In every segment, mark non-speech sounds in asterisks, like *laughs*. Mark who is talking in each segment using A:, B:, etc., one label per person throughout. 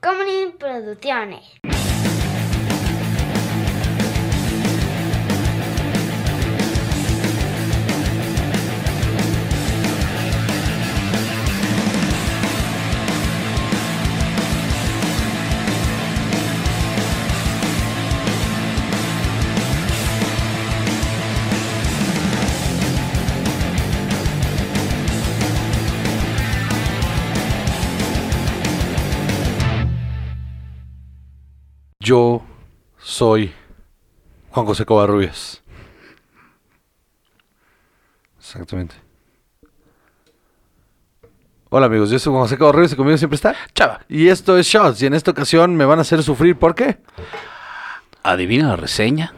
A: Comedy Producciones.
B: Yo soy Juan José Covarrubias. Exactamente. Hola amigos, yo soy Juan José Covarrubias y conmigo siempre está Chava. Y esto es Shots y en esta ocasión me van a hacer sufrir. ¿Por qué?
C: Adivina la reseña.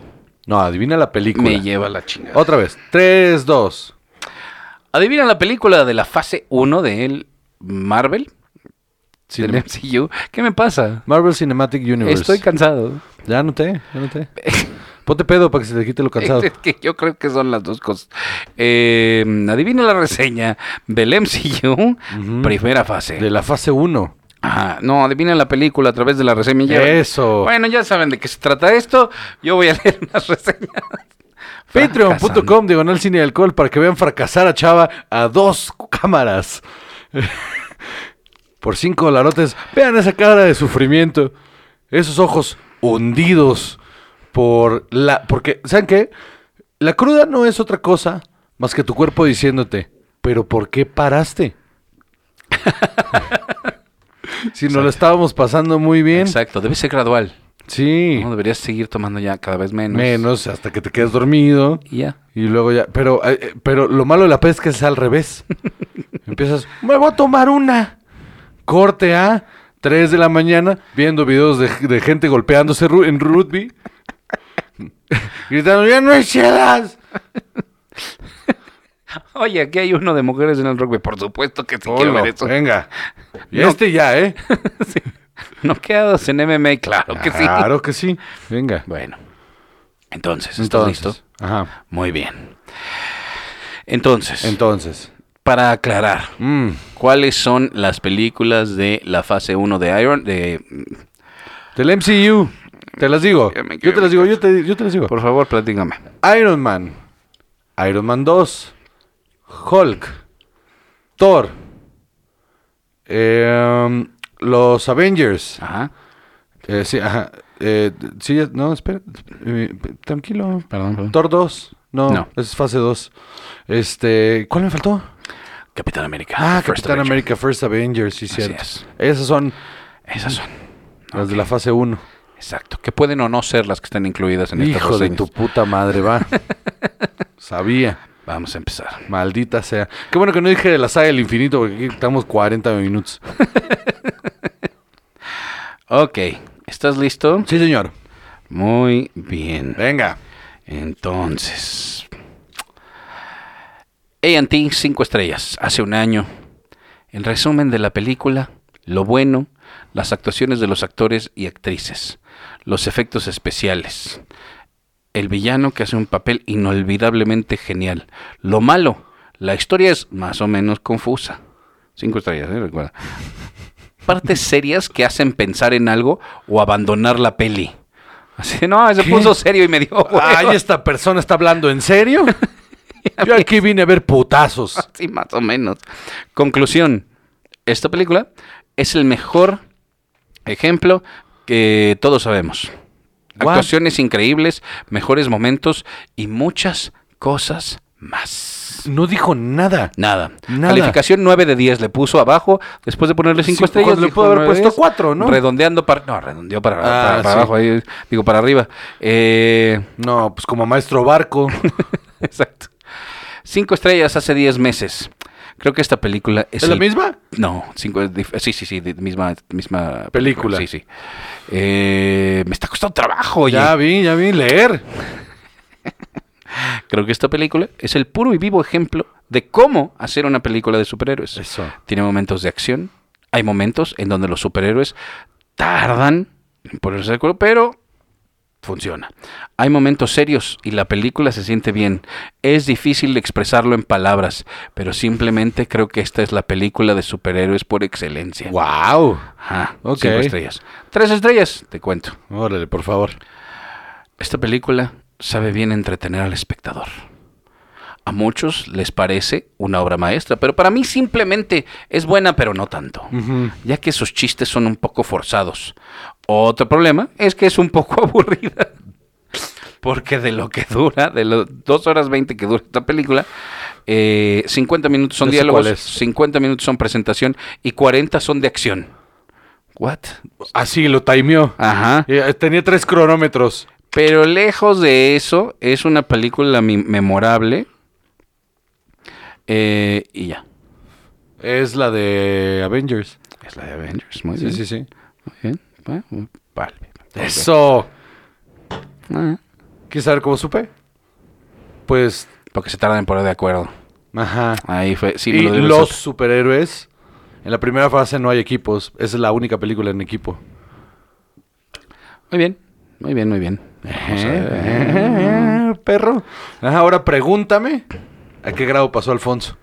B: No, adivina la película.
C: Me lleva la chingada.
B: Otra vez. 3, 2.
C: Adivina la película de la fase 1 del Marvel,
B: Cine-
C: del MCU. ¿Qué me pasa?
B: Marvel Cinematic Universe.
C: Estoy cansado.
B: Ya noté, ya noté. Ponte pedo para que se te quite lo
C: *laughs*
B: cansado.
C: Es que yo creo que son las dos cosas. Eh, adivina la reseña del MCU, primera fase.
B: De la fase 1.
C: Ajá. No, adivina la película a través de la reseña. Ya-
B: Eso.
C: Bueno, ya saben de qué se trata esto. Yo voy a *laughs* leer unas reseñas.
B: Patreon.com, diagonal cine y alcohol, para que vean fracasar a Chava a dos cámaras. *laughs* Por cinco dolarotes. Vean esa cara de sufrimiento. Esos ojos hundidos por la... Porque, ¿saben qué? La cruda no es otra cosa más que tu cuerpo diciéndote, pero ¿por qué paraste? *laughs* si nos lo estábamos pasando muy bien.
C: Exacto, debe ser gradual.
B: Sí.
C: ¿no? Deberías seguir tomando ya cada vez menos.
B: Menos hasta que te quedes dormido.
C: Y ya.
B: Y luego ya, pero, eh, eh, pero lo malo de la pesca es al
C: *laughs*
B: revés. Empiezas, me voy a tomar una. Corte a 3 de la mañana viendo videos de, de gente golpeándose ru- en rugby. *laughs* Gritando, ya no hay chelas.
C: Oye, aquí hay uno de mujeres en el rugby. Por supuesto que sí
B: Polo,
C: quiero ver eso.
B: venga. Y
C: No.
B: este ya, ¿eh?
C: Sí. Noqueados en MMA, claro que sí.
B: Claro que sí. Venga.
C: Bueno, entonces, ¿estás
B: Entonces.
C: listo?
B: Ajá.
C: Muy bien. Entonces,
B: Entonces.
C: para aclarar,
B: mm,
C: ¿cuáles son las películas de la fase 1 de Iron? De,
B: Del MCU. Te las digo.
C: Ya me
B: Yo
C: pues.
B: te
C: quiero
B: las digo, yo te, yo te las digo.
C: por favor, platícame.
B: Iron Man, Iron Man 2, Hulk, Thor, em, los Avengers.
C: Ajá,
B: eh, sí, ajá. eh, sí, no, espera. eh, tranquilo.
C: perdón. perdón.
B: Thor 2. No,
C: No.
B: es fase 2. Este, ¿cuál me faltó?
C: Capitán América.
B: Ah,
C: The First
B: Capitán
C: Avenger.
B: América First Avengers, sí,
C: Así
B: cierto.
C: es.
B: Esas son
C: Esas son.
B: las de la fase 1.
C: Exacto. Que pueden o no ser las que están incluidas en estas
B: Hijo de
C: reseñas.
B: tu puta madre, va. *laughs* Sabía.
C: Vamos a empezar.
B: Maldita sea. Qué bueno que no dije de la saga del infinito, porque aquí estamos 40 minutos.
C: Ok, ¿estás listo?
B: Sí, señor.
C: Muy bien.
B: Venga.
C: Entonces, AT 5 estrellas, hace un año. El resumen de la película, lo bueno, las actuaciones de los actores y actrices, los efectos especiales, el villano que hace un papel inolvidablemente genial, lo malo, la historia es más o menos confusa. Cinco estrellas, ¿eh? recuerda. Partes serias que hacen pensar en algo o abandonar la peli. Así, no, se
B: ¿Qué?
C: puso serio y
B: *laughs*
C: me dio. hueva.
B: Ay, esta persona está hablando en serio. Yo aquí vine a ver putazos.
C: Sí, más o menos. Conclusión. Esta película es el mejor ejemplo que todos sabemos.
B: What?
C: Actuaciones increíbles, mejores momentos y muchas cosas más.
B: No dijo nada.
C: Nada.
B: Nada.
C: Calificación 9 de 10 le puso abajo. Después de ponerle 5
B: Cinco,
C: estrellas,
B: cuando le
C: dijo
B: pudo haber
C: 9 de
B: puesto
C: 10,
B: cuatro, ¿no?
C: Redondeando para. No, redondeó para,
B: Ah,
C: para- para
B: sí.
C: abajo. ahí, digo, para arriba. Eh,
B: No, pues como maestro barco.
C: exacto. 5 estrellas hace 10 meses. Creo que esta película es
B: ¿Es la
C: el-
B: misma?
C: No, cinco es dif- sí, sí, sí, de- misma, misma
B: Película.
C: Sí, sí. Eh, me está costando trabajo, oye.
B: Ya vi, ya vi leer.
C: Creo que esta película es el puro y vivo ejemplo de cómo hacer una película de superhéroes.
B: Eso.
C: Tiene momentos de acción, hay momentos en donde los superhéroes tardan en ponerse de acuerdo, pero funciona. Hay momentos serios y la película se siente bien. Es difícil expresarlo en palabras, pero simplemente creo que esta es la película de superhéroes por excelencia.
B: ¡Wow!
C: Ajá,
B: Ok.
C: cinco estrellas. Tres estrellas, te cuento.
B: Órale, por favor.
C: Esta película sabe bien entretener al espectador. A muchos les parece una obra maestra, pero para mí simplemente es buena, pero no tanto,
B: Mm.
C: ya que sus chistes son un poco forzados. Otro problema es que es un poco *laughs* aburrida, porque de lo que dura, de las 2 horas 20 que dura esta película, eh, 50 minutos son
B: Ya sé
C: diálogos,
B: cuál es.
C: 50 minutos son presentación y 40 son de acción. ¿What?
B: Así lo timeó.
C: Ajá.
B: Eh, Tenía tres cronómetros.
C: Pero lejos de eso, es una película mi- memorable. Eh, y ya.
B: Es la de Avengers.
C: Es la de Avengers. Muy
B: Sí,
C: bien.
B: sí, sí.
C: Muy bien. Bueno, vale.
B: Eso.
C: Ah,
B: ¿Quieres saber cómo supe? Pues,
C: porque se tardan en poner de acuerdo.
B: ajá.
C: Ahí fue. Sí, me
B: y
C: lo dio el
B: los
C: Soto.
B: superhéroes. En la primera frase no hay equipos. Esa es la única película en equipo.
C: Muy bien. Muy bien, muy bien. Vamos a ver.
B: Eh, perro. Ajá, ahora pregúntame a qué grado pasó Alfonso.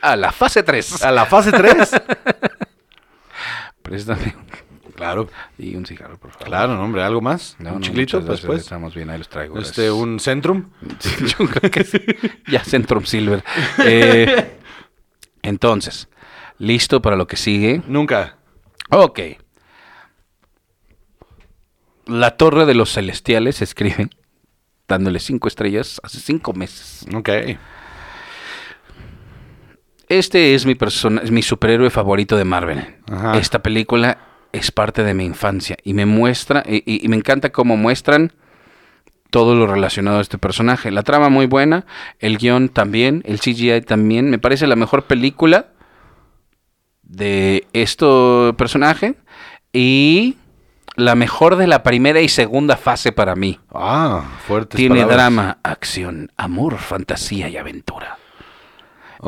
C: A la fase 3.
B: ¿A la fase
C: *laughs*
B: 3?
C: Préstame.
B: claro.
C: Y un cigarro, por favor.
B: Claro, no, hombre, algo más.
C: No,
B: un
C: no,
B: chiclito, pues,
C: muchas gracias,
B: pues.
C: Estamos bien, ahí los traigo.
B: Este,
C: gracias.
B: un centrum.
C: Sí, *laughs* yo creo que sí. Ya Centrum Silver. Eh, entonces, ¿listo para lo que sigue?
B: Nunca.
C: Ok. La Torre de los Celestiales escribe, dándole cinco estrellas hace cinco meses.
B: Ok.
C: Este es mi, persona, es mi superhéroe favorito de Marvel.
B: Ajá.
C: Esta película es parte de mi infancia y me muestra, y, y- y me encanta cómo muestran todo lo relacionado a este personaje. La trama muy buena, el guión también, el CGI también. Me parece la mejor película de este personaje y la mejor de la primera y segunda fase para mí.
B: Ah, fuerte.
C: Tiene drama, acción, amor, fantasía y aventura.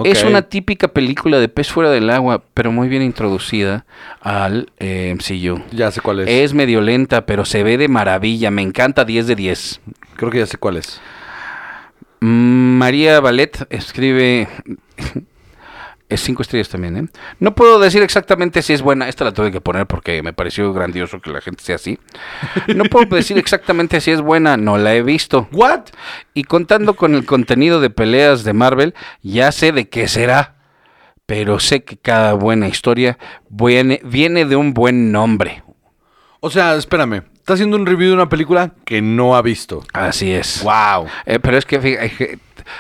C: Es una típica película de pez fuera del agua, pero muy bien introducida al eh, MCU.
B: Ya sé cuál es.
C: Es medio lenta, pero se ve de maravilla. Me encanta 10 de 10.
B: Creo que ya sé cuál es.
C: Mm, María Ballet escribe... *laughs* Es cinco estrellas también, ¿eh? No puedo decir exactamente si es buena. Esta la tuve que poner porque me pareció grandioso que la gente sea así. No puedo decir exactamente si es buena. No la he visto.
B: ¿What?
C: Y contando con el contenido de peleas de Marvel, ya sé de qué será. Pero sé que cada buena historia viene, viene de un buen nombre.
B: O sea, espérame. Está haciendo un review de una película que no ha visto.
C: Así es.
B: ¡Wow!
C: Eh, pero es que fija- eh,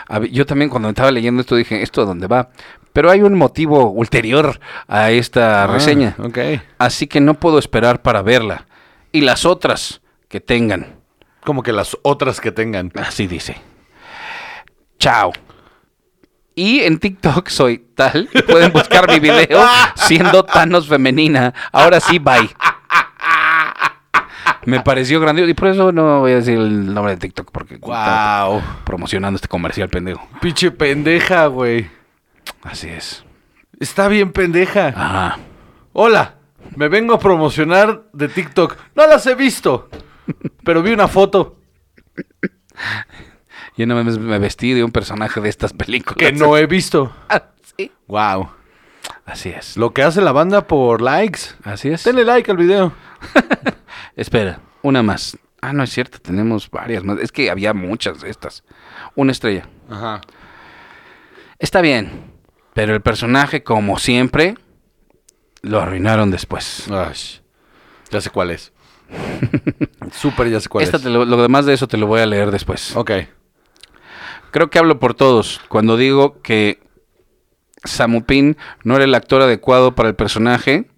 C: a ver, yo también cuando estaba leyendo esto dije, ¿esto a dónde va? Pero hay un motivo ulterior a esta reseña.
B: Ah, ok.
C: Así que no puedo esperar para verla. Y las otras que tengan.
B: Como que las otras que tengan.
C: Así dice. Chao. Y en TikTok soy tal. y Pueden buscar mi video
B: *laughs*
C: siendo Thanos femenina. Ahora sí, bye. Me pareció grandioso. Y por eso no voy a decir el nombre de TikTok porque está
B: ¡Wow!
C: promocionando este comercial pendejo.
B: Pinche pendeja, güey.
C: Así es.
B: Está bien pendeja.
C: Ajá.
B: Hola, me vengo a promocionar de TikTok. No las he visto, pero vi una foto
C: Yo no me, me vestí de un personaje de estas películas.
B: que no he visto.
C: Ah, *laughs* sí.
B: Wow.
C: Así es.
B: Lo que hace la banda por likes.
C: Así es.
B: Denle like al video.
C: Espera, una más. Ah, no es cierto, tenemos varias más. Es que había muchas de estas. Una estrella.
B: Ajá.
C: Está bien, pero el personaje, como siempre, lo arruinaron después.
B: ya sé cuál *laughs* es. Súper ya sé cuál
C: Esta
B: es.
C: te lo, lo demás de eso te lo voy a leer después.
B: Ok.
C: Creo que hablo por todos cuando digo que Samupin no era el actor adecuado para el personaje.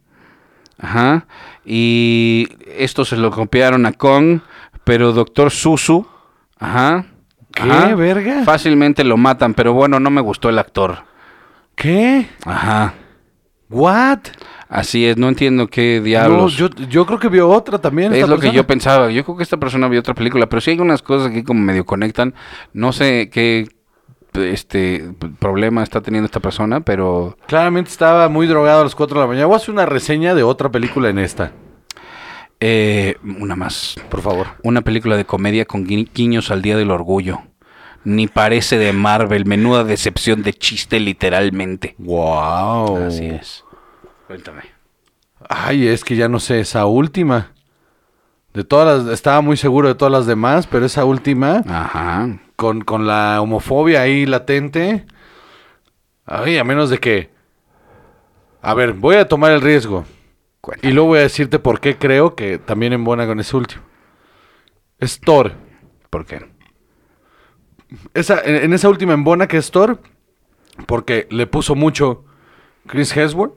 C: Ajá. Y esto se lo copiaron a Kong, pero Doctor Susu. Ajá.
B: ¿Qué,
C: ajá,
B: verga?
C: Fácilmente lo matan, pero bueno, no me gustó el actor.
B: ¿Qué?
C: Ajá.
B: ¿What?
C: Así es, no entiendo qué
B: No,
C: diablos.
B: yo, yo creo que vio otra también.
C: Es
B: esta
C: lo que
B: persona.
C: yo pensaba. Yo creo que esta persona vio otra película, pero sí hay unas cosas que como medio conectan. No sé qué este p- problema está teniendo esta persona, pero
B: Claramente estaba muy drogado a las 4 de la mañana. Voy a hacer una reseña de otra película en esta.
C: Eh, una más.
B: Por favor.
C: Una película de comedia con gui- guiños al Día del Orgullo. Ni parece de Marvel, menuda decepción de chiste literalmente.
B: Wow.
C: Así es. Cuéntame.
B: Ay, es que ya no sé esa última. De todas las, estaba muy seguro de todas las demás, pero esa última,
C: Ajá.
B: con, con la homofobia ahí latente. Ay, a menos de que. A ver, voy a tomar el riesgo.
C: Cuéntame.
B: Y luego voy a decirte por qué creo que también en buena con ese último. Es Thor.
C: ¿Por qué?
B: Esa, en, en esa última en buena que es Thor, porque le puso mucho Chris Hemsworth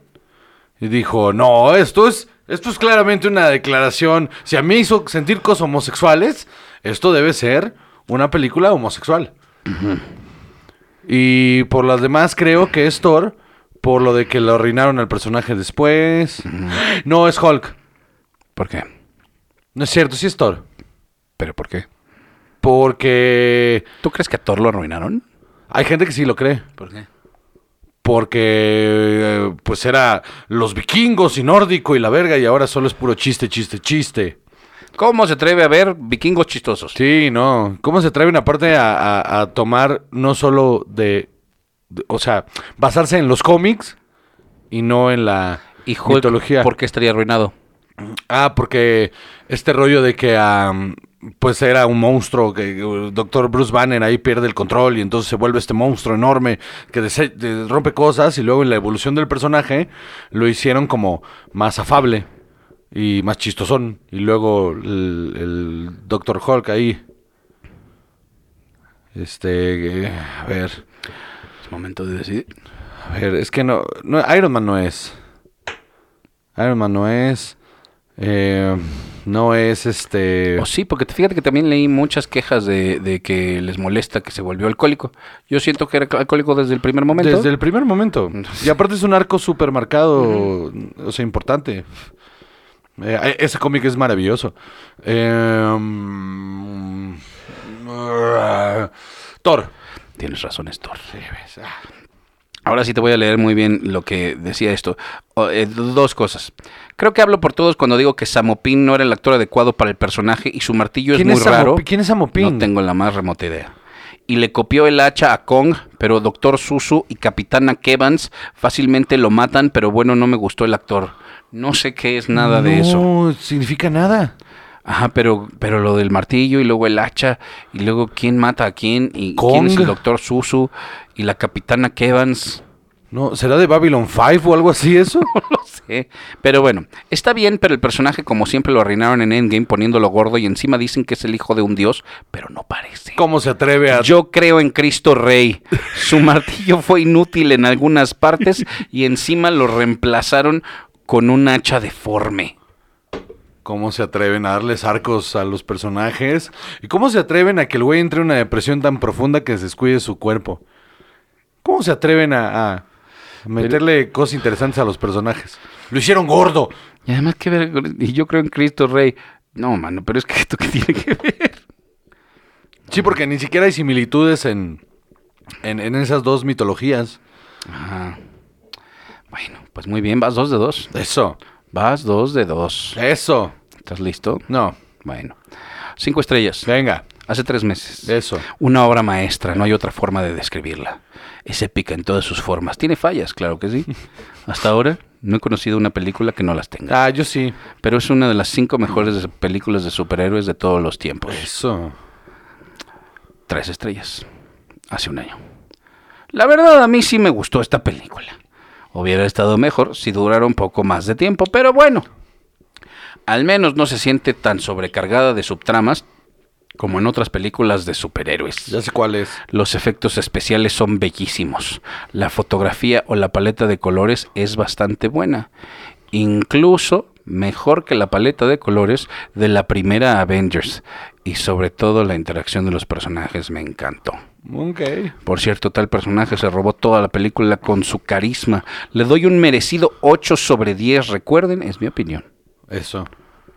B: y dijo, no, esto es, esto es claramente una declaración. Si a mí hizo sentir cosas homosexuales, esto debe ser una película homosexual. Y por las demás creo que es Thor, por lo de que le arruinaron al personaje después. No, es Hulk.
C: ¿Por qué?
B: No es cierto, sí es Thor.
C: ¿Pero por qué?
B: Porque
C: ¿Tú crees que a Thor lo arruinaron?
B: hay gente que sí lo cree.
C: ¿Por qué?
B: porque eh, pues era los vikingos y nórdico y la verga y ahora solo es puro chiste, chiste, chiste.
C: ¿Cómo se atreve a ver vikingos chistosos?
B: Sí, no. ¿Cómo se trae una parte a, a- a tomar no solo de, de- o sea, basarse en los cómics y no en la
C: ¿Y Hulk,
B: mitología?
C: por qué estaría arruinado?
B: Ah, porque este rollo de que am, pues era un monstruo, que el doctor Bruce Banner ahí pierde el control y entonces se vuelve este monstruo enorme que dese- de- rompe cosas y luego en la evolución del personaje lo hicieron como más afable y más chistosón y luego el, el doctor Hulk ahí. Este, eh, a ver,
C: Es momento de decidir.
B: a ver, es que no, no, Iron Man no es. Iron Man no es. eh, no es este.
C: O sí, porque te- fíjate que también leí muchas quejas de, de que les molesta que se volvió alcohólico. Yo siento que era alcohólico desde el primer momento.
B: Desde el primer
C: *laughs*
B: momento. Y aparte es un arco súper marcado, o sea, importante. Eh, ese cómic es maravilloso. Eh, mm, ah, Thor.
C: Tienes razón, Thor. Ah, Ahora sí te voy a leer muy bien lo que decía esto. O, eh, dos cosas. Creo que hablo por todos cuando digo que Samopin no era el actor adecuado para el personaje y su martillo es
B: ¿Quién
C: muy
B: es Samo-
C: raro.
B: quién es Samopin?
C: No tengo la más remota idea. Y le copió el hacha a Kong, pero Doctor Susu y Capitana Kevans fácilmente lo matan, pero bueno, no me gustó el actor. No sé qué es nada de eso.
B: No significa nada.
C: Ajá, pero, pero lo del martillo y luego el hacha y luego quién mata a quién y quién es
B: Kong.
C: el doctor Susu y la capitana Kevans.
B: No, ¿será de Babylon 5 o algo así
C: *laughs*
B: eso?
C: No sé. Pero bueno, está bien, pero el personaje como siempre lo arruinaron en Endgame poniéndolo gordo y encima dicen que es el hijo de un dios, pero no parece.
B: ¿Cómo se atreve a
C: Yo creo en Cristo Rey. *laughs* Su martillo fue inútil en algunas partes y encima lo reemplazaron con un hacha deforme.
B: ¿Cómo se atreven a darles arcos a los personajes? ¿Y cómo se atreven a que el güey entre en una depresión tan profunda que se descuide su cuerpo? ¿Cómo se atreven a, a meterle cosas interesantes a los personajes? Lo hicieron gordo.
C: Y además, que ver? con- Y yo creo en Cristo Rey. No, mano, pero es que esto que tiene que ver.
B: Sí, porque ni siquiera hay similitudes en, en, en esas dos mitologías.
C: Ajá. Bueno, pues muy bien, vas dos de dos.
B: Eso,
C: Vas dos de dos.
B: eso.
C: ¿Estás listo?
B: No,
C: Bueno. Cinco estrellas.
B: venga,
C: Hace tres meses.
B: eso.
C: Una obra maestra, no hay otra forma de describirla. Es épica en todas sus formas. Tiene fallas, claro que sí. Hasta ahora no he conocido una película que no las tenga.
B: Ah, yo sí.
C: Pero es una de las cinco mejores de- películas de superhéroes de todos los tiempos.
B: Eso.
C: Tres estrellas. Hace un año. La verdad, a mí sí me gustó esta película. Hubiera estado mejor si durara un poco más de tiempo, pero bueno. Al menos no se siente tan sobrecargada de subtramas como en otras películas de superhéroes.
B: Ya sé cuál es.
C: Los efectos especiales son bellísimos. La fotografía o la paleta de colores es bastante buena. Incluso mejor que la paleta de colores de la primera Avengers. Y sobre todo la interacción de los personajes me encantó.
B: Ok.
C: Por cierto, tal personaje se robó toda la película con su carisma. Le doy un merecido 8 sobre 10. Recuerden, es mi opinión.
B: Eso.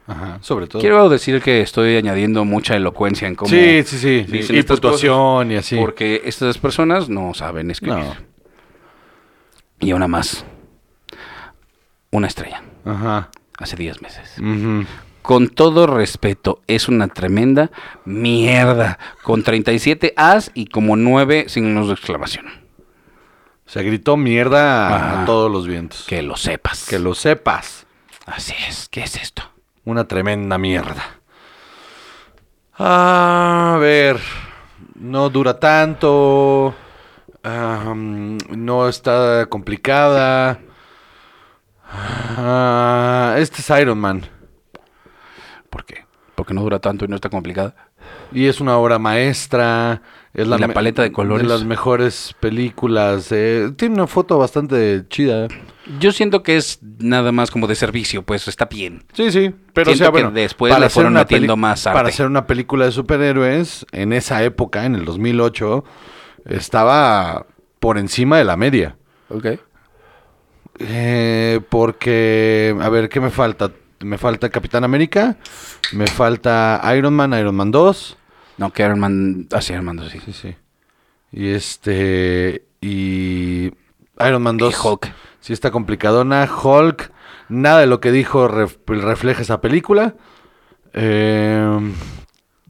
B: Ajá, sobre todo.
C: Quiero decir que estoy añadiendo mucha elocuencia en cómo
B: Sí, sí, sí.
C: dicen
B: Y
C: estas cosas.
B: puntuación y así.
C: Porque estas personas no saben escribir.
B: No.
C: Y una más. Una estrella.
B: Ajá.
C: Hace 10 meses.
B: Ujú.
C: Con todo respeto, es una tremenda mierda. Con 37 as y como 9 signos de exclamación.
B: Se gritó mierda a-
C: Ajá.
B: a todos los vientos.
C: Que lo sepas.
B: Que lo sepas.
C: Así es. ¿Qué es esto?
B: Una tremenda mierda. A ver. No dura tanto. ah, mm, no está complicada. Ah, este es Iron Man.
C: ¿Por qué? Porque no dura tanto y no está complicada.
B: Y es una obra maestra. Es
C: Y la
B: me-
C: paleta de colores.
B: De las mejores películas. eh, tiene una foto bastante chida.
C: Yo siento que es nada más como de servicio, pues está bien.
B: Sí, sí. Pero
C: Siento
B: o sea,
C: que
B: bueno,
C: después le
B: hacer
C: fueron
B: una
C: metiendo
B: peli-
C: más arte.
B: Para hacer una película de superhéroes, en esa época, en el 2008, estaba por encima de la media.
C: Ok.
B: Eh, porque, a ver, ¿qué me falta? Me falta Capitán América, me falta Iron Man, Iron Man 2.
C: No, que Iron Man. Así, Iron Man, sí.
B: Sí, sí. Y este. Y. Iron Man 2.
C: Hulk.
B: Sí, está complicadona. Hulk. Nada de lo que dijo ref- refleja esa película. Eh,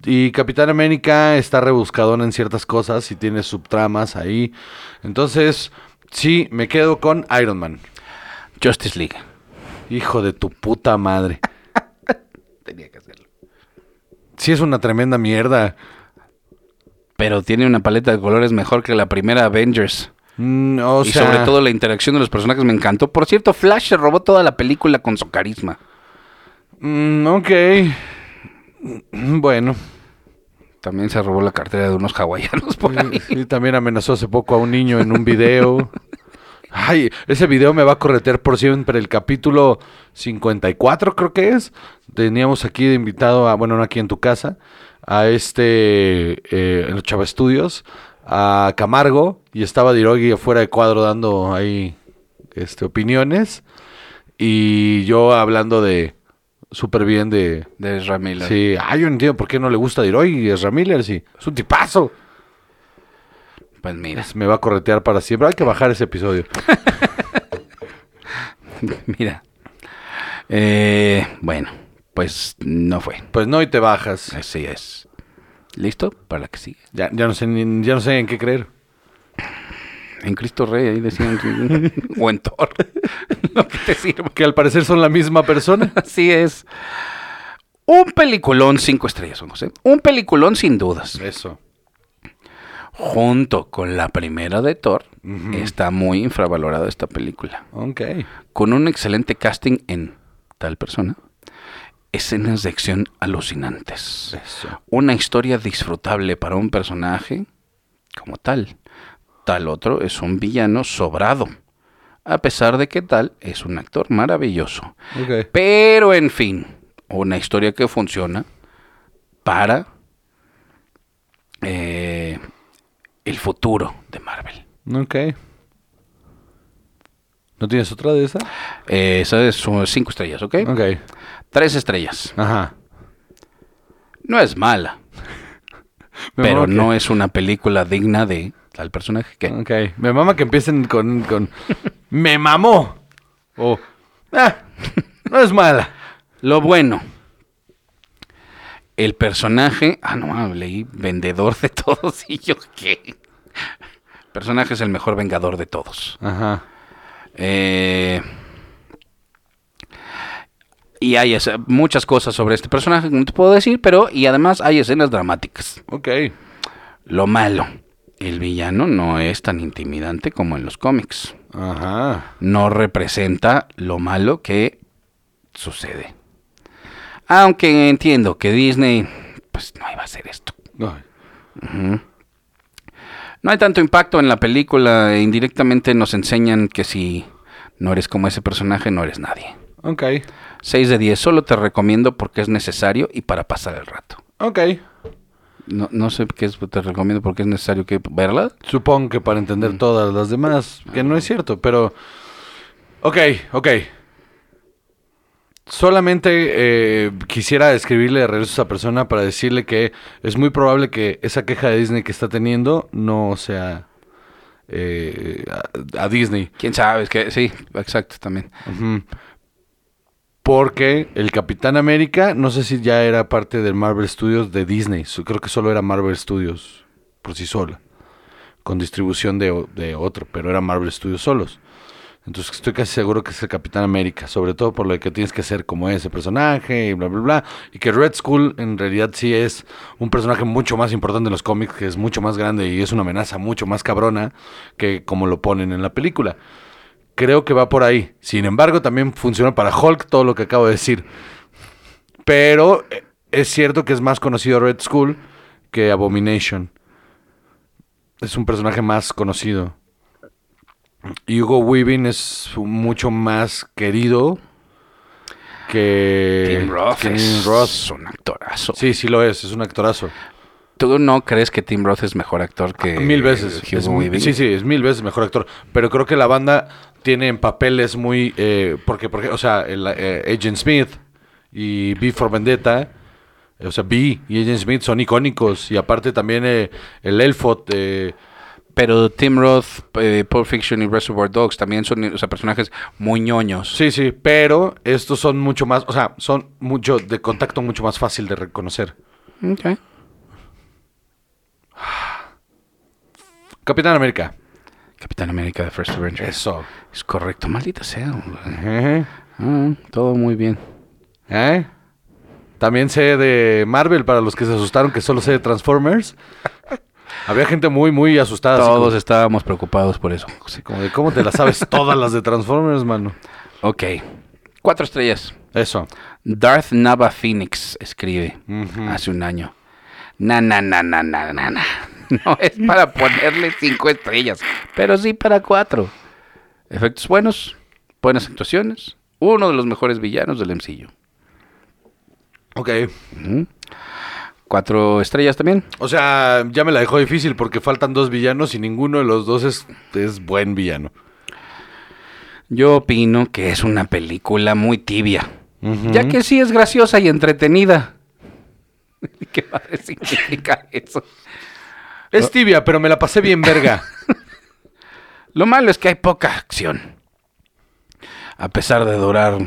B: y Capitán América está rebuscadona en ciertas cosas y tiene subtramas ahí. Entonces, sí, me quedo con Iron Man.
C: Justice League.
B: Hijo de tu puta madre.
C: *laughs* Tenía que hacerlo.
B: Sí, es una tremenda mierda.
C: Pero tiene una paleta de colores mejor que la primera Avengers.
B: Mm, o
C: y
B: sea,
C: sobre todo la interacción de los personajes me encantó. Por cierto, Flash se robó toda la película con su carisma.
B: mm, ok. Mm, Bueno.
C: También se robó la cartera de unos hawaianos por ahí.
B: Sí, también amenazó hace poco a un niño en un video. Ay, ese video me va a corretear por siempre. El capítulo 54 creo que es. Teníamos aquí de invitado, a, bueno, no aquí en tu casa, a este, eh, en los Chava Estudios, a Camargo, y estaba Dirogi afuera de cuadro dando ahí este, opiniones. Y yo hablando de súper bien de...
C: De Ezra Miller.
B: Mm. Sí, ay, yo no entiendo por qué no le gusta Dirogi y es Ramírez, sí. Es un tipazo.
C: Pues mira, *laughs*
B: Me va a corretear para siempre. Hay que bajar ese episodio.
C: mira. Eh, bueno, pues no fue.
B: Pues no, y te bajas.
C: Así es. ¿Listo? Para la que sigue.
B: Ya, ya, no, sé, ni- ya no sé en qué creer.
C: En Cristo Rey, ahí decían.
B: *laughs*
C: o en Thor. *laughs* Lo que *laughs* te sirva.
B: Que al parecer son la misma persona. *laughs*
C: Así es. Un peliculón, cinco estrellas, Juan José. Un peliculón sin dudas.
B: Eso.
C: Junto con la primera de Thor,
B: Ujú.
C: está muy infravalorada esta película.
B: Ok.
C: Con un excelente casting en tal persona, escenas de acción alucinantes.
B: Eso.
C: Una historia disfrutable para un personaje como tal. Tal otro es un villano sobrado. A pesar de que tal es un actor maravilloso.
B: Ok.
C: Pero en fin, una historia que funciona para eh, el futuro de Marvel.
B: Ok. ¿No tienes otra de esa?
C: Eh, esa es su- cinco estrellas, ¿ok?
B: Ok.
C: Tres estrellas.
B: Ajá.
C: No es mala,
B: Me
C: pero
B: mama que-
C: no es una película digna de tal personaje que...
B: Ok. Me mama que empiecen con.
C: *laughs*
B: con ¡Me mamó! O. "Ah, no es mala.
C: Lo bueno. El personaje... Ah, no, ah, leí vendedor de *laughs* todos y yo qué. Personaje es el mejor vengador de todos.
B: Ajá.
C: Eh, y hay esa- muchas cosas sobre este personaje que no te puedo decir, pero y además hay escenas dramáticas.
B: Ok.
C: Lo malo, el villano no es tan intimidante como en los cómics.
B: Ajá.
C: No representa lo malo que sucede. Aunque entiendo que Disney, pues no iba a hacer esto.
B: Ay.
C: No hay tanto impacto en la película. e Indirectamente nos enseñan que si no eres como ese personaje, no eres nadie.
B: Ok.
C: 6 de 10, solo te recomiendo porque es necesario y para pasar el rato.
B: Ok.
C: No, no sé qué es, te recomiendo porque es necesario que verla.
B: Supongo que para entender todas las demás, que no es cierto, pero... Ok, ok. Solamente eh, quisiera escribirle de regreso a esa persona para decirle que es muy probable que esa queja de Disney que está teniendo no sea eh, a, a Disney.
C: Quién sabe, es que sí, exacto, también.
B: Ujú. Porque el Capitán América, no sé si ya era parte del Marvel Studios de Disney. so- Creo que solo era Marvel Studios por sí sola. Con distribución de, o- de otro, pero era Marvel Studios solos. Entonces estoy casi seguro que es el Capitán América. Sobre todo por lo que tienes que ser como ese personaje y bla, bla, bla. Y que Red Skull en realidad sí es un personaje mucho más importante en los cómics, que es mucho más grande y es una amenaza mucho más cabrona que como lo ponen en la película. Creo que va por ahí. Sin embargo, también funciona para Hulk todo lo que acabo de decir. Pero eh, es cierto que es más conocido Red Skull que Abomination. Es un personaje más conocido. Y Hugo Weaving es mucho más querido que
C: Eh, Tim Roth
B: que
C: es
B: Tim Roth.
C: un actorazo.
B: Sí, sí lo es, es un actorazo.
C: ¿Tú no crees que Tim Roth es mejor actor que
B: mil veces.
C: Hugo
B: Es mu-
C: Weaving?
B: sí, sí, es mil veces mejor actor. Pero creo que la banda tiene en papeles muy. eh, porque, porque, o sea, el, eh, Agent Smith y B for Vendetta. eh, O sea, B y Agent Smith son icónicos. Y aparte también eh, el Elfot. eh,
C: Pero Tim Roth, eh, Pulp Fiction y Reservoir Dogs también son o sea, personajes muy ñoños.
B: sí, sí, pero estos son mucho más. O sea, son mucho de contacto mucho más fácil de reconocer.
C: Ok.
B: Capitán América.
C: Capitán América de First Avenger.
B: Eso.
C: Es correcto. Maldita sea. güey.
B: Ajá.
C: Ah, todo muy bien.
B: ¿Eh? También sé de Marvel, para los que se asustaron que solo sé de Transformers. Había gente muy, muy asustada. así
C: Todos estábamos preocupados por eso. Sí.
B: Como, como de cómo te las sabes todas las de Transformers, mano.
C: Ok. Cuatro estrellas.
B: Eso.
C: Darth Nava Phoenix escribe hace un año. Na, na, na, na, na, na, *laughs* na. No es para ponerle cinco estrellas, pero sí para cuatro. Efectos buenos, buenas actuaciones, uno de los mejores villanos del MCU.
B: Ok.
C: Cuatro estrellas también.
B: O sea, ya me la dejó difícil porque faltan dos villanos y ninguno de los dos es, es buen villano.
C: Yo opino que es una película muy tibia, ya que sí es graciosa y entretenida. *laughs* ¿Qué madre significa eso?
B: Es tibia, pero me la pasé bien verga.
C: Lo malo es que hay poca acción. A pesar de durar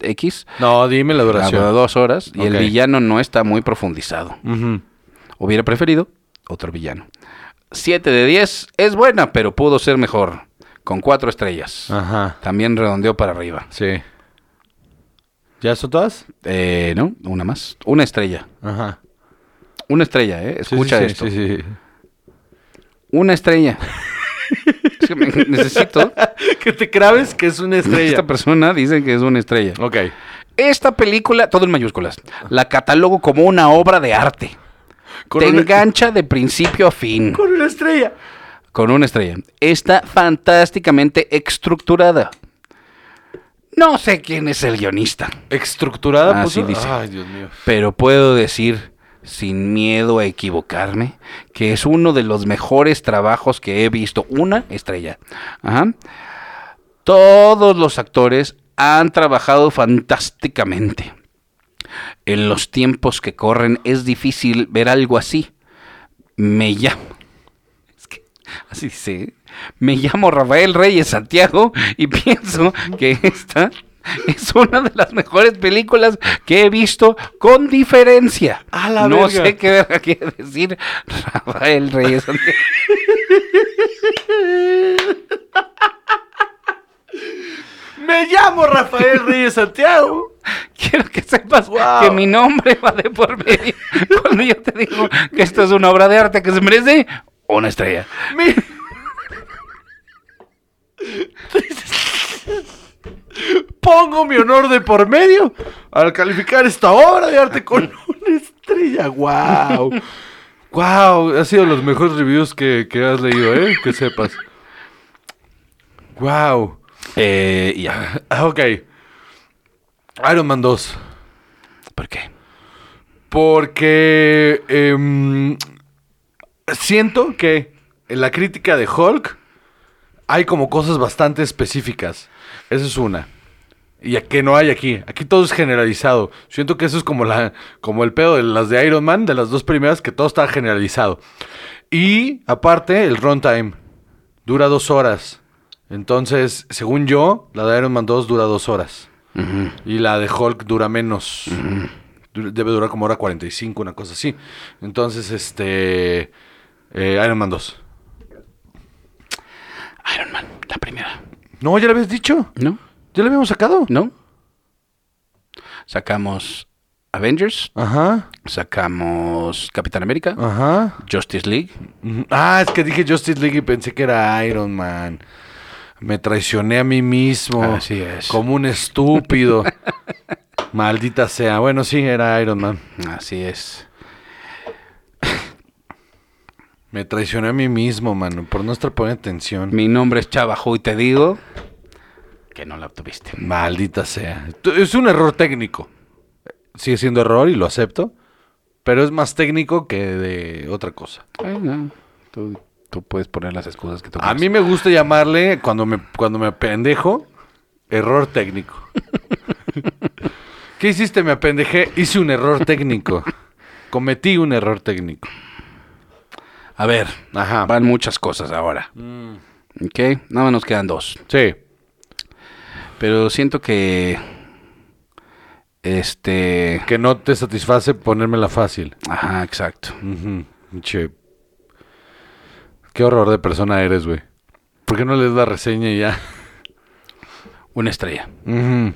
C: X,
B: No, dime la
C: a
B: duración.
C: dos horas, y el
B: Ok.
C: villano no está muy profundizado.
B: Ujú.
C: Hubiera preferido otro villano. 7 de 10 es buena, pero pudo ser mejor. Con cuatro estrellas.
B: Ajá.
C: También redondeó para arriba.
B: Sí. ¿Ya son todas?
C: Eh, ¿No? Una más. Una estrella.
B: Ajá.
C: Una estrella, ¿eh?
B: Sí,
C: Escucha
B: sí, sí,
C: esto.
B: sí, sí.
C: Una estrella. *laughs* Es que me- necesito.
B: *laughs* que te craves que es una estrella.
C: Esta persona dice que es una estrella.
B: Ok.
C: Esta película, todo en mayúsculas, la catalogo como una obra de arte.
B: Con
C: Te
B: una-
C: engancha de principio a fin.
B: Con una estrella.
C: Con una estrella. Está fantásticamente estructurada. No sé quién es el guionista,
B: Estructurada,
C: Así
B: puso?
C: dice.
B: pues, Ay, Dios mío.
C: pero puedo decir, sin miedo a equivocarme, que es uno de los mejores trabajos que he visto. Una estrella. Ajá. Todos los actores han trabajado fantásticamente. En los tiempos que corren es difícil ver algo así. Me llamo. Es que así dice. ¿eh? Me llamo Rafael Reyes Santiago y *laughs* pienso que esta es una de las mejores películas que he visto con diferencia.
B: ¡A la
C: no
B: verga!
C: sé qué verga quiere decir Rafael Reyes Santiago.
B: Me llamo Rafael Reyes Santiago.
C: Quiero que sepas
B: Wow.
C: que mi nombre va de por medio *laughs* cuando yo te digo que esto es una obra de arte que se merece una estrella.
B: Mi- Pongo mi honor de por medio al calificar esta obra de arte con una estrella. ¡Wow! ¡Wow! Ha sido los mejores reviews que, que has leído, ¿eh? Que sepas. ¡Wow!
C: Eh, ya.
B: Ah, Ok. Iron Man 2.
C: ¿Por qué?
B: Porque em, siento que en la crítica de Hulk hay como cosas bastante específicas. Esa es una. Y a- que no hay aquí. Aquí todo es generalizado. Siento que eso es como, la, como el pedo de las de Iron Man, de las dos primeras, que todo está generalizado. Y aparte, el runtime. Dura dos horas. Entonces, según yo, la de Iron Man 2 dura dos horas.
C: Ujú.
B: Y la de Hulk dura menos. Du- Debe durar como hora 45, una cosa así. Entonces, este. eh, Iron Man 2.
C: Iron Man, la primera.
B: No, ya lo habías dicho.
C: ¿No?
B: Ya lo habíamos sacado.
C: ¿No? Sacamos Avengers,
B: Ajá,
C: sacamos Capitán América,
B: Ah. ajá.
C: Justice League.
B: Ujú. Ah, es que dije Justice League y pensé que era Iron Man. Me traicioné a mí mismo.
C: Así es.
B: Como un estúpido. *laughs* Maldita sea. Bueno, sí, era Iron Man.
C: Así es.
B: Me traicioné a mí mismo, mano, por no estar poniendo atención.
C: Mi nombre es Chavajo y te digo que no la obtuviste.
B: Maldita sea. T- Es un error técnico. Sigue siendo error y lo acepto. Pero es más técnico que de otra cosa.
C: Ay, no. Tú, tú puedes poner las excusas que tú
B: A
C: quieras.
B: mí me gusta llamarle, cuando me, cuando me apendejo, error técnico. ¿Qué hiciste? Me apendejé. Hice un error técnico. Cometí un error técnico.
C: A ver,
B: Ajá.
C: van muchas cosas ahora. Ok, nada más nos quedan dos.
B: Sí.
C: Pero siento que. Este.
B: Que no te satisface ponérmela fácil.
C: Ajá, exacto.
B: Ujú. Che. Qué horror de persona eres, güey. ¿Por qué no lees la reseña y ya?
C: Una estrella.
B: Ujú.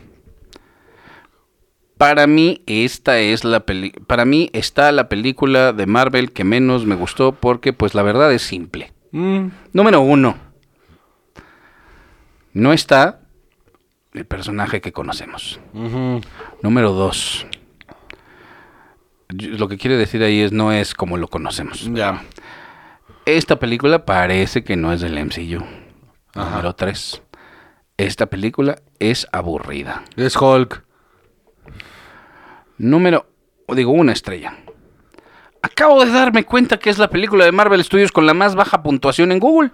C: Para mí, esta es la peli Para mí está la película de Marvel que menos me gustó porque, pues, la verdad es simple.
B: Mm.
C: Número uno. No está el personaje que conocemos.
B: Ujú.
C: Número dos. Yo- Lo que quiere decir ahí es no es como lo conocemos.
B: Ya.
C: Esta película parece que no es del MCU.
B: Ajá.
C: Número tres. Esta película es aburrida.
B: Es Hulk.
C: Número, digo, una estrella. Acabo de darme cuenta que es la película de Marvel Studios con la más baja puntuación en Google.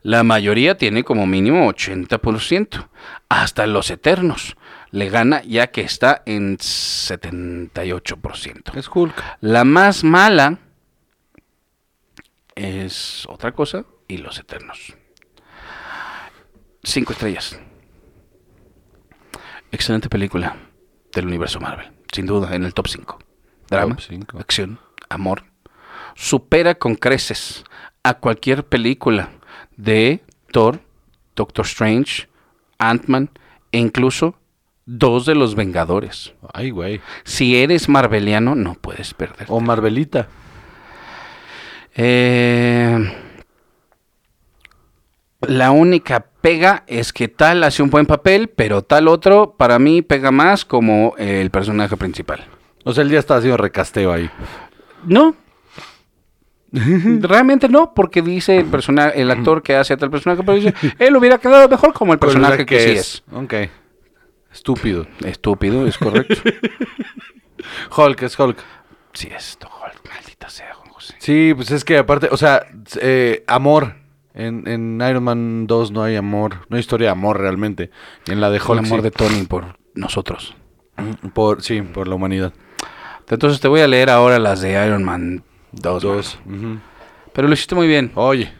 C: La mayoría tiene como mínimo 80%. Hasta Los Eternos le gana ya que está en 78%.
B: Es Hulk.
C: La más mala es otra cosa y Los Eternos. Cinco estrellas. Excelente película del universo Marvel, sin duda, en el top 5. Drama,
B: Top cinco.
C: acción, amor. Supera con creces a cualquier película de Thor, Doctor Strange, Ant-Man e incluso dos de los Vengadores.
B: Ay, güey.
C: Si eres marveliano, no puedes perder.
B: O Marvelita.
C: Eh, la única pega es que tal hace un buen papel, pero tal otro para mí pega más como el personaje principal.
B: O sea, el día está haciendo recasteo ahí.
C: No. *laughs* Realmente no, porque dice el persona- el actor que hace a tal personaje, pero *laughs* dice, él hubiera quedado mejor como el personaje que, sí es.
B: Ok. Estúpido.
C: Estúpido, es correcto. *laughs*
B: Hulk es Hulk.
C: sí es, Don Hulk, maldita sea, Juan José.
B: Sí, pues es que aparte, o sea, eh, amor. En, en Iron Man 2 no hay amor. No hay historia de amor realmente. Y en la de Hulk.
C: El amor
B: sí.
C: de Tony por nosotros.
B: Por, sí, por la humanidad.
C: Entonces te voy a leer ahora las de Iron Man 2. man.
B: Dos. Ujú.
C: Pero lo hiciste muy bien.
B: Oye.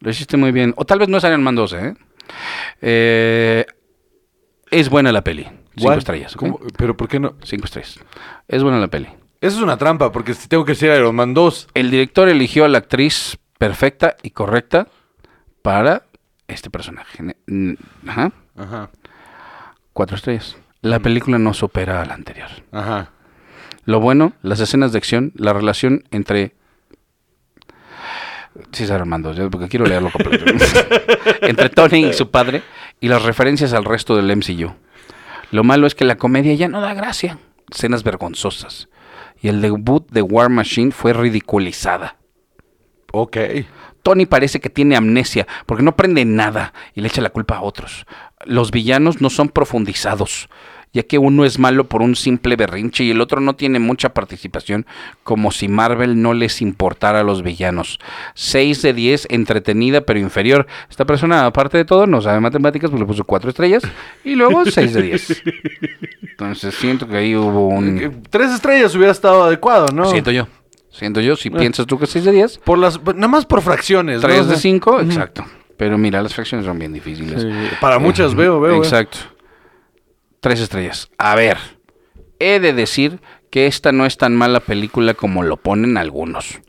C: Lo hiciste muy bien. O tal vez no es Iron Man 12, ¿eh? Eh, es buena la peli. Cinco
B: what?
C: estrellas. ¿ok?
B: ¿Cómo? ¿Pero por qué no?
C: Cinco estrellas. Es buena la peli.
B: Eso es una trampa, porque si tengo que decir Iron Man 2.
C: El director eligió a la actriz perfecta y correcta para este personaje. Ne- n- Ajá.
B: Ajá.
C: Cuatro estrellas. La película no supera a la anterior.
B: Ajá.
C: Lo bueno, las escenas de acción, la relación entre... Sí, es Iron Man 2, ya, porque quiero leerlo completo. entre Tony y su padre y las referencias al resto del MCU. Lo malo es que la comedia ya no da gracia. Escenas vergonzosas. Y el debut de War Machine fue ridiculizada.
B: Ok.
C: Tony parece que tiene amnesia porque no aprende nada y le echa la culpa a otros. Los villanos no son profundizados, ya que uno es malo por un simple berrinche y el otro no tiene mucha participación, como si Marvel no les importara a los villanos. 6 de 10, entretenida pero inferior. Esta persona, aparte de todo, no sabe matemáticas, pues le puso 4 estrellas y luego 6 de 10. Entonces siento que ahí hubo un...
B: Eh, Tres estrellas hubiera estado adecuado, ¿no?
C: Siento yo. Siento yo, si
B: Ah.
C: piensas tú que 6 de 10,
B: Por las, nada más por fracciones. ¿no?
C: 3
B: O
C: de
B: sea,
C: 5,
B: eh,
C: exacto. Pero mira, las fracciones son bien difíciles.
B: sí, Para muchas veo, veo. veo.
C: Exacto. Tres estrellas. A ver, he de decir que esta no es tan mala película como lo ponen algunos.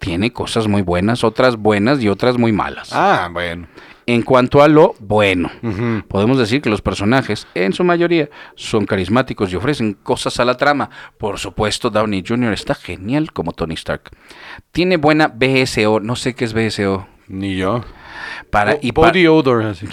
C: Tiene cosas muy buenas, otras buenas y otras muy malas.
B: Ah, bueno.
C: En cuanto a lo bueno,
B: Ujú.
C: podemos decir que los personajes, en su mayoría, son carismáticos y ofrecen cosas a la trama. Por supuesto, Downey Jr. está genial como Tony Stark. Tiene buena BSO, no sé qué es BSO.
B: Ni yo.
C: Para,
B: Bo-
C: y pa-
B: Body odor, así.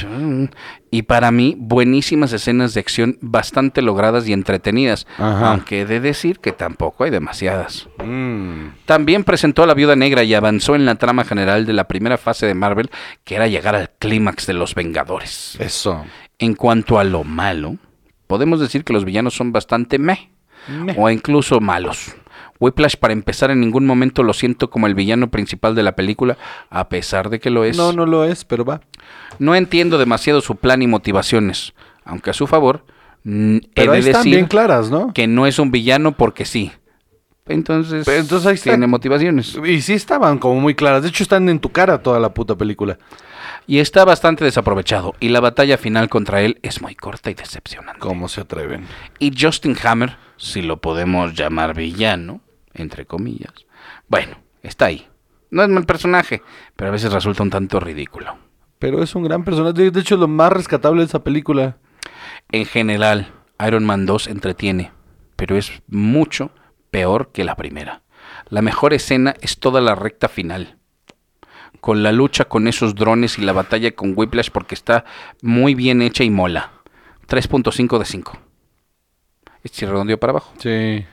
C: y para mí, buenísimas escenas de acción bastante logradas y entretenidas,
B: Ajá.
C: aunque he de decir que tampoco hay demasiadas.
B: Mm.
C: También presentó a la Viuda Negra y avanzó en la trama general de la primera fase de Marvel, que era llegar al clímax de los Vengadores.
B: Eso.
C: En cuanto a lo malo, podemos decir que los villanos son bastante meh, o incluso malos. Whiplash, para empezar, en ningún momento lo siento como el villano principal de la película, a pesar de que lo es.
B: No, no lo es, pero va.
C: No entiendo demasiado su plan y motivaciones, aunque a su favor, mm, he
B: Pero ahí
C: de
B: están
C: decir
B: bien claras, ¿no?
C: que no es un villano porque sí. Entonces,
B: Pero Pues, entonces ahí está.
C: tiene motivaciones.
B: Y sí estaban como muy claras. De hecho, están en tu cara toda la puta película.
C: Y está bastante desaprovechado, y la batalla final contra él es muy corta y decepcionante.
B: ¿Cómo se atreven?
C: Y Justin Hammer, si lo podemos llamar villano, entre comillas, bueno, está ahí. No es mal personaje, pero a veces resulta un tanto ridículo.
B: Pero es un gran personaje. De- De hecho, es lo más rescatable de esa película.
C: En general, Iron Man 2 entretiene, pero es mucho peor que la primera. La mejor escena es toda la recta final. Con la lucha con esos drones y la batalla con Whiplash porque está muy bien hecha y mola. 3.5 de 5. Si redondeó para abajo.
B: Sí.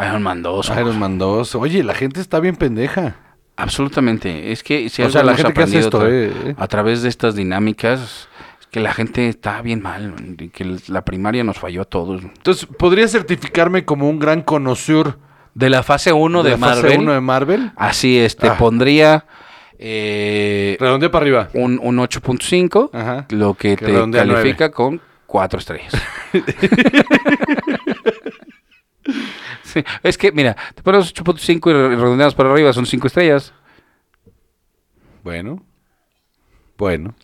C: Iron Man 2.
B: Iron Man 2. Oye, la gente está bien pendeja.
C: Absolutamente. Es que si
B: O
C: algo
B: sea, la
C: hemos
B: gente que hace
C: aprendido
B: esto,
C: tra-
B: eh, eh.
C: a través de estas dinámicas, es que la gente está bien mal. man, y Que la primaria nos falló a todos.
B: Entonces, ¿podría certificarme como un gran conocedor
C: De la fase 1 de,
B: la fase
C: Marvel.
B: uno de Marvel?
C: Así es, te
B: Ah.
C: pondría eh,
B: Redondea para arriba.
C: un, un 8.5,
B: Ajá.
C: lo que,
B: Que
C: te
B: redondea a nueve.
C: califica con
B: *laughs*
C: 4 estrellas. Sí, es que, mira, te pones 8.5 y re- redondeamos para arriba, son 5 estrellas.
B: Bueno. Bueno.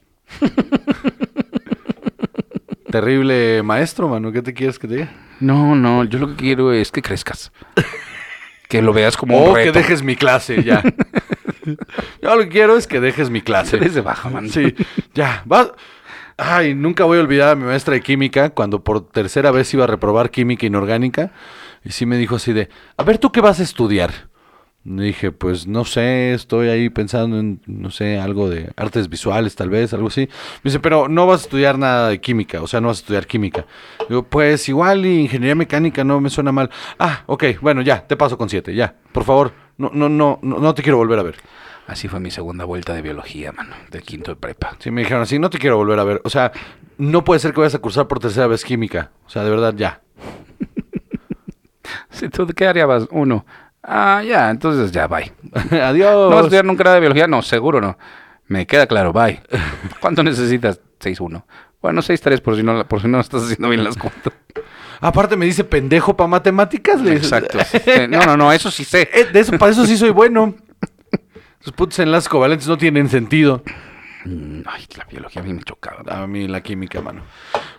B: *laughs* Terrible maestro, mano. ¿Qué te quieres que te diga?
C: No, no, yo lo que quiero es que crezcas. que lo veas como
B: O
C: un reto.
B: Oh, que dejes mi clase, *laughs* ya. Yo lo que quiero es que dejes mi clase.
C: Eres de baja, man.
B: Sí, ya. Va. Ay, nunca voy a olvidar a mi maestra de química cuando por tercera vez iba a reprobar química inorgánica. Y sí me dijo así de, a ver, ¿tú qué vas a estudiar? Le dije, pues no sé, estoy ahí pensando en, no sé, algo de artes visuales tal vez, algo así. Me dice, pero no vas a estudiar nada de química, o sea, no vas a estudiar química. Digo, pues igual y ingeniería mecánica no me suena mal. Ah, ok, bueno, ya, te paso con siete, ya. Por favor, no, no, no, no, no te quiero volver a ver.
C: Así fue mi segunda vuelta de biología, mano, de quinto de prepa.
B: Sí, me dijeron así, no te quiero volver a ver. O sea, no puede ser que vayas a cursar por tercera vez química. O sea, de verdad, ya. *laughs*
C: Sí, ¿Tú de qué área vas? Uno. Ah, ya, entonces ya, bye.
B: Adiós.
C: ¿No vas a estudiar nunca nada de biología? No, seguro no. Me queda claro, bye. ¿Cuánto necesitas? 6-1. Bueno, 6-3 por, si no, por si no estás haciendo bien las cuentas.
B: Aparte me dice pendejo para matemáticas. le dices.
C: Exacto.
B: *laughs*
C: Sí, No, no, no, eso sí sé.
B: Eh, de eso, para eso sí soy bueno. Sus putos enlaces covalentes no tienen sentido.
C: Mm, Ay, la biología a mí me chocaba.
B: A mí la química, mano.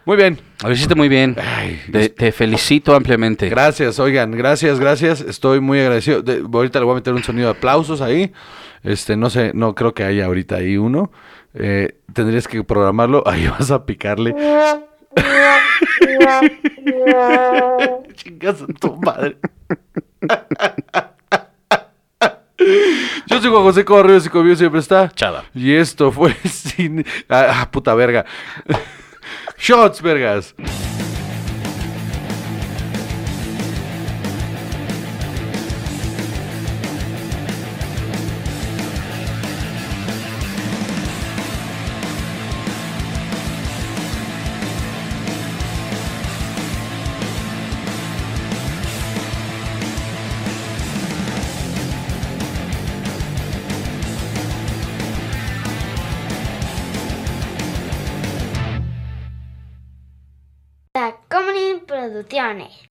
B: Muy bien.
C: Lo hiciste muy bien.
B: Ay,
C: Te, te felicito ampliamente.
B: Gracias, oigan, gracias, gracias. Estoy muy agradecido. De- ahorita le voy a meter un sonido de aplausos ahí. Este, no sé, no creo que haya ahorita ahí uno. Eh, tendrías que programarlo. *laughs* Ahí vas a picarle. *laughs* Chingas a tu madre. Yo soy Juan José Correos y conmigo siempre está.
C: Chava.
B: Y esto fue *laughs* sin. Ah, ah, puta verga. *laughs* Shots, vergas.
A: Tacomunin Producciones.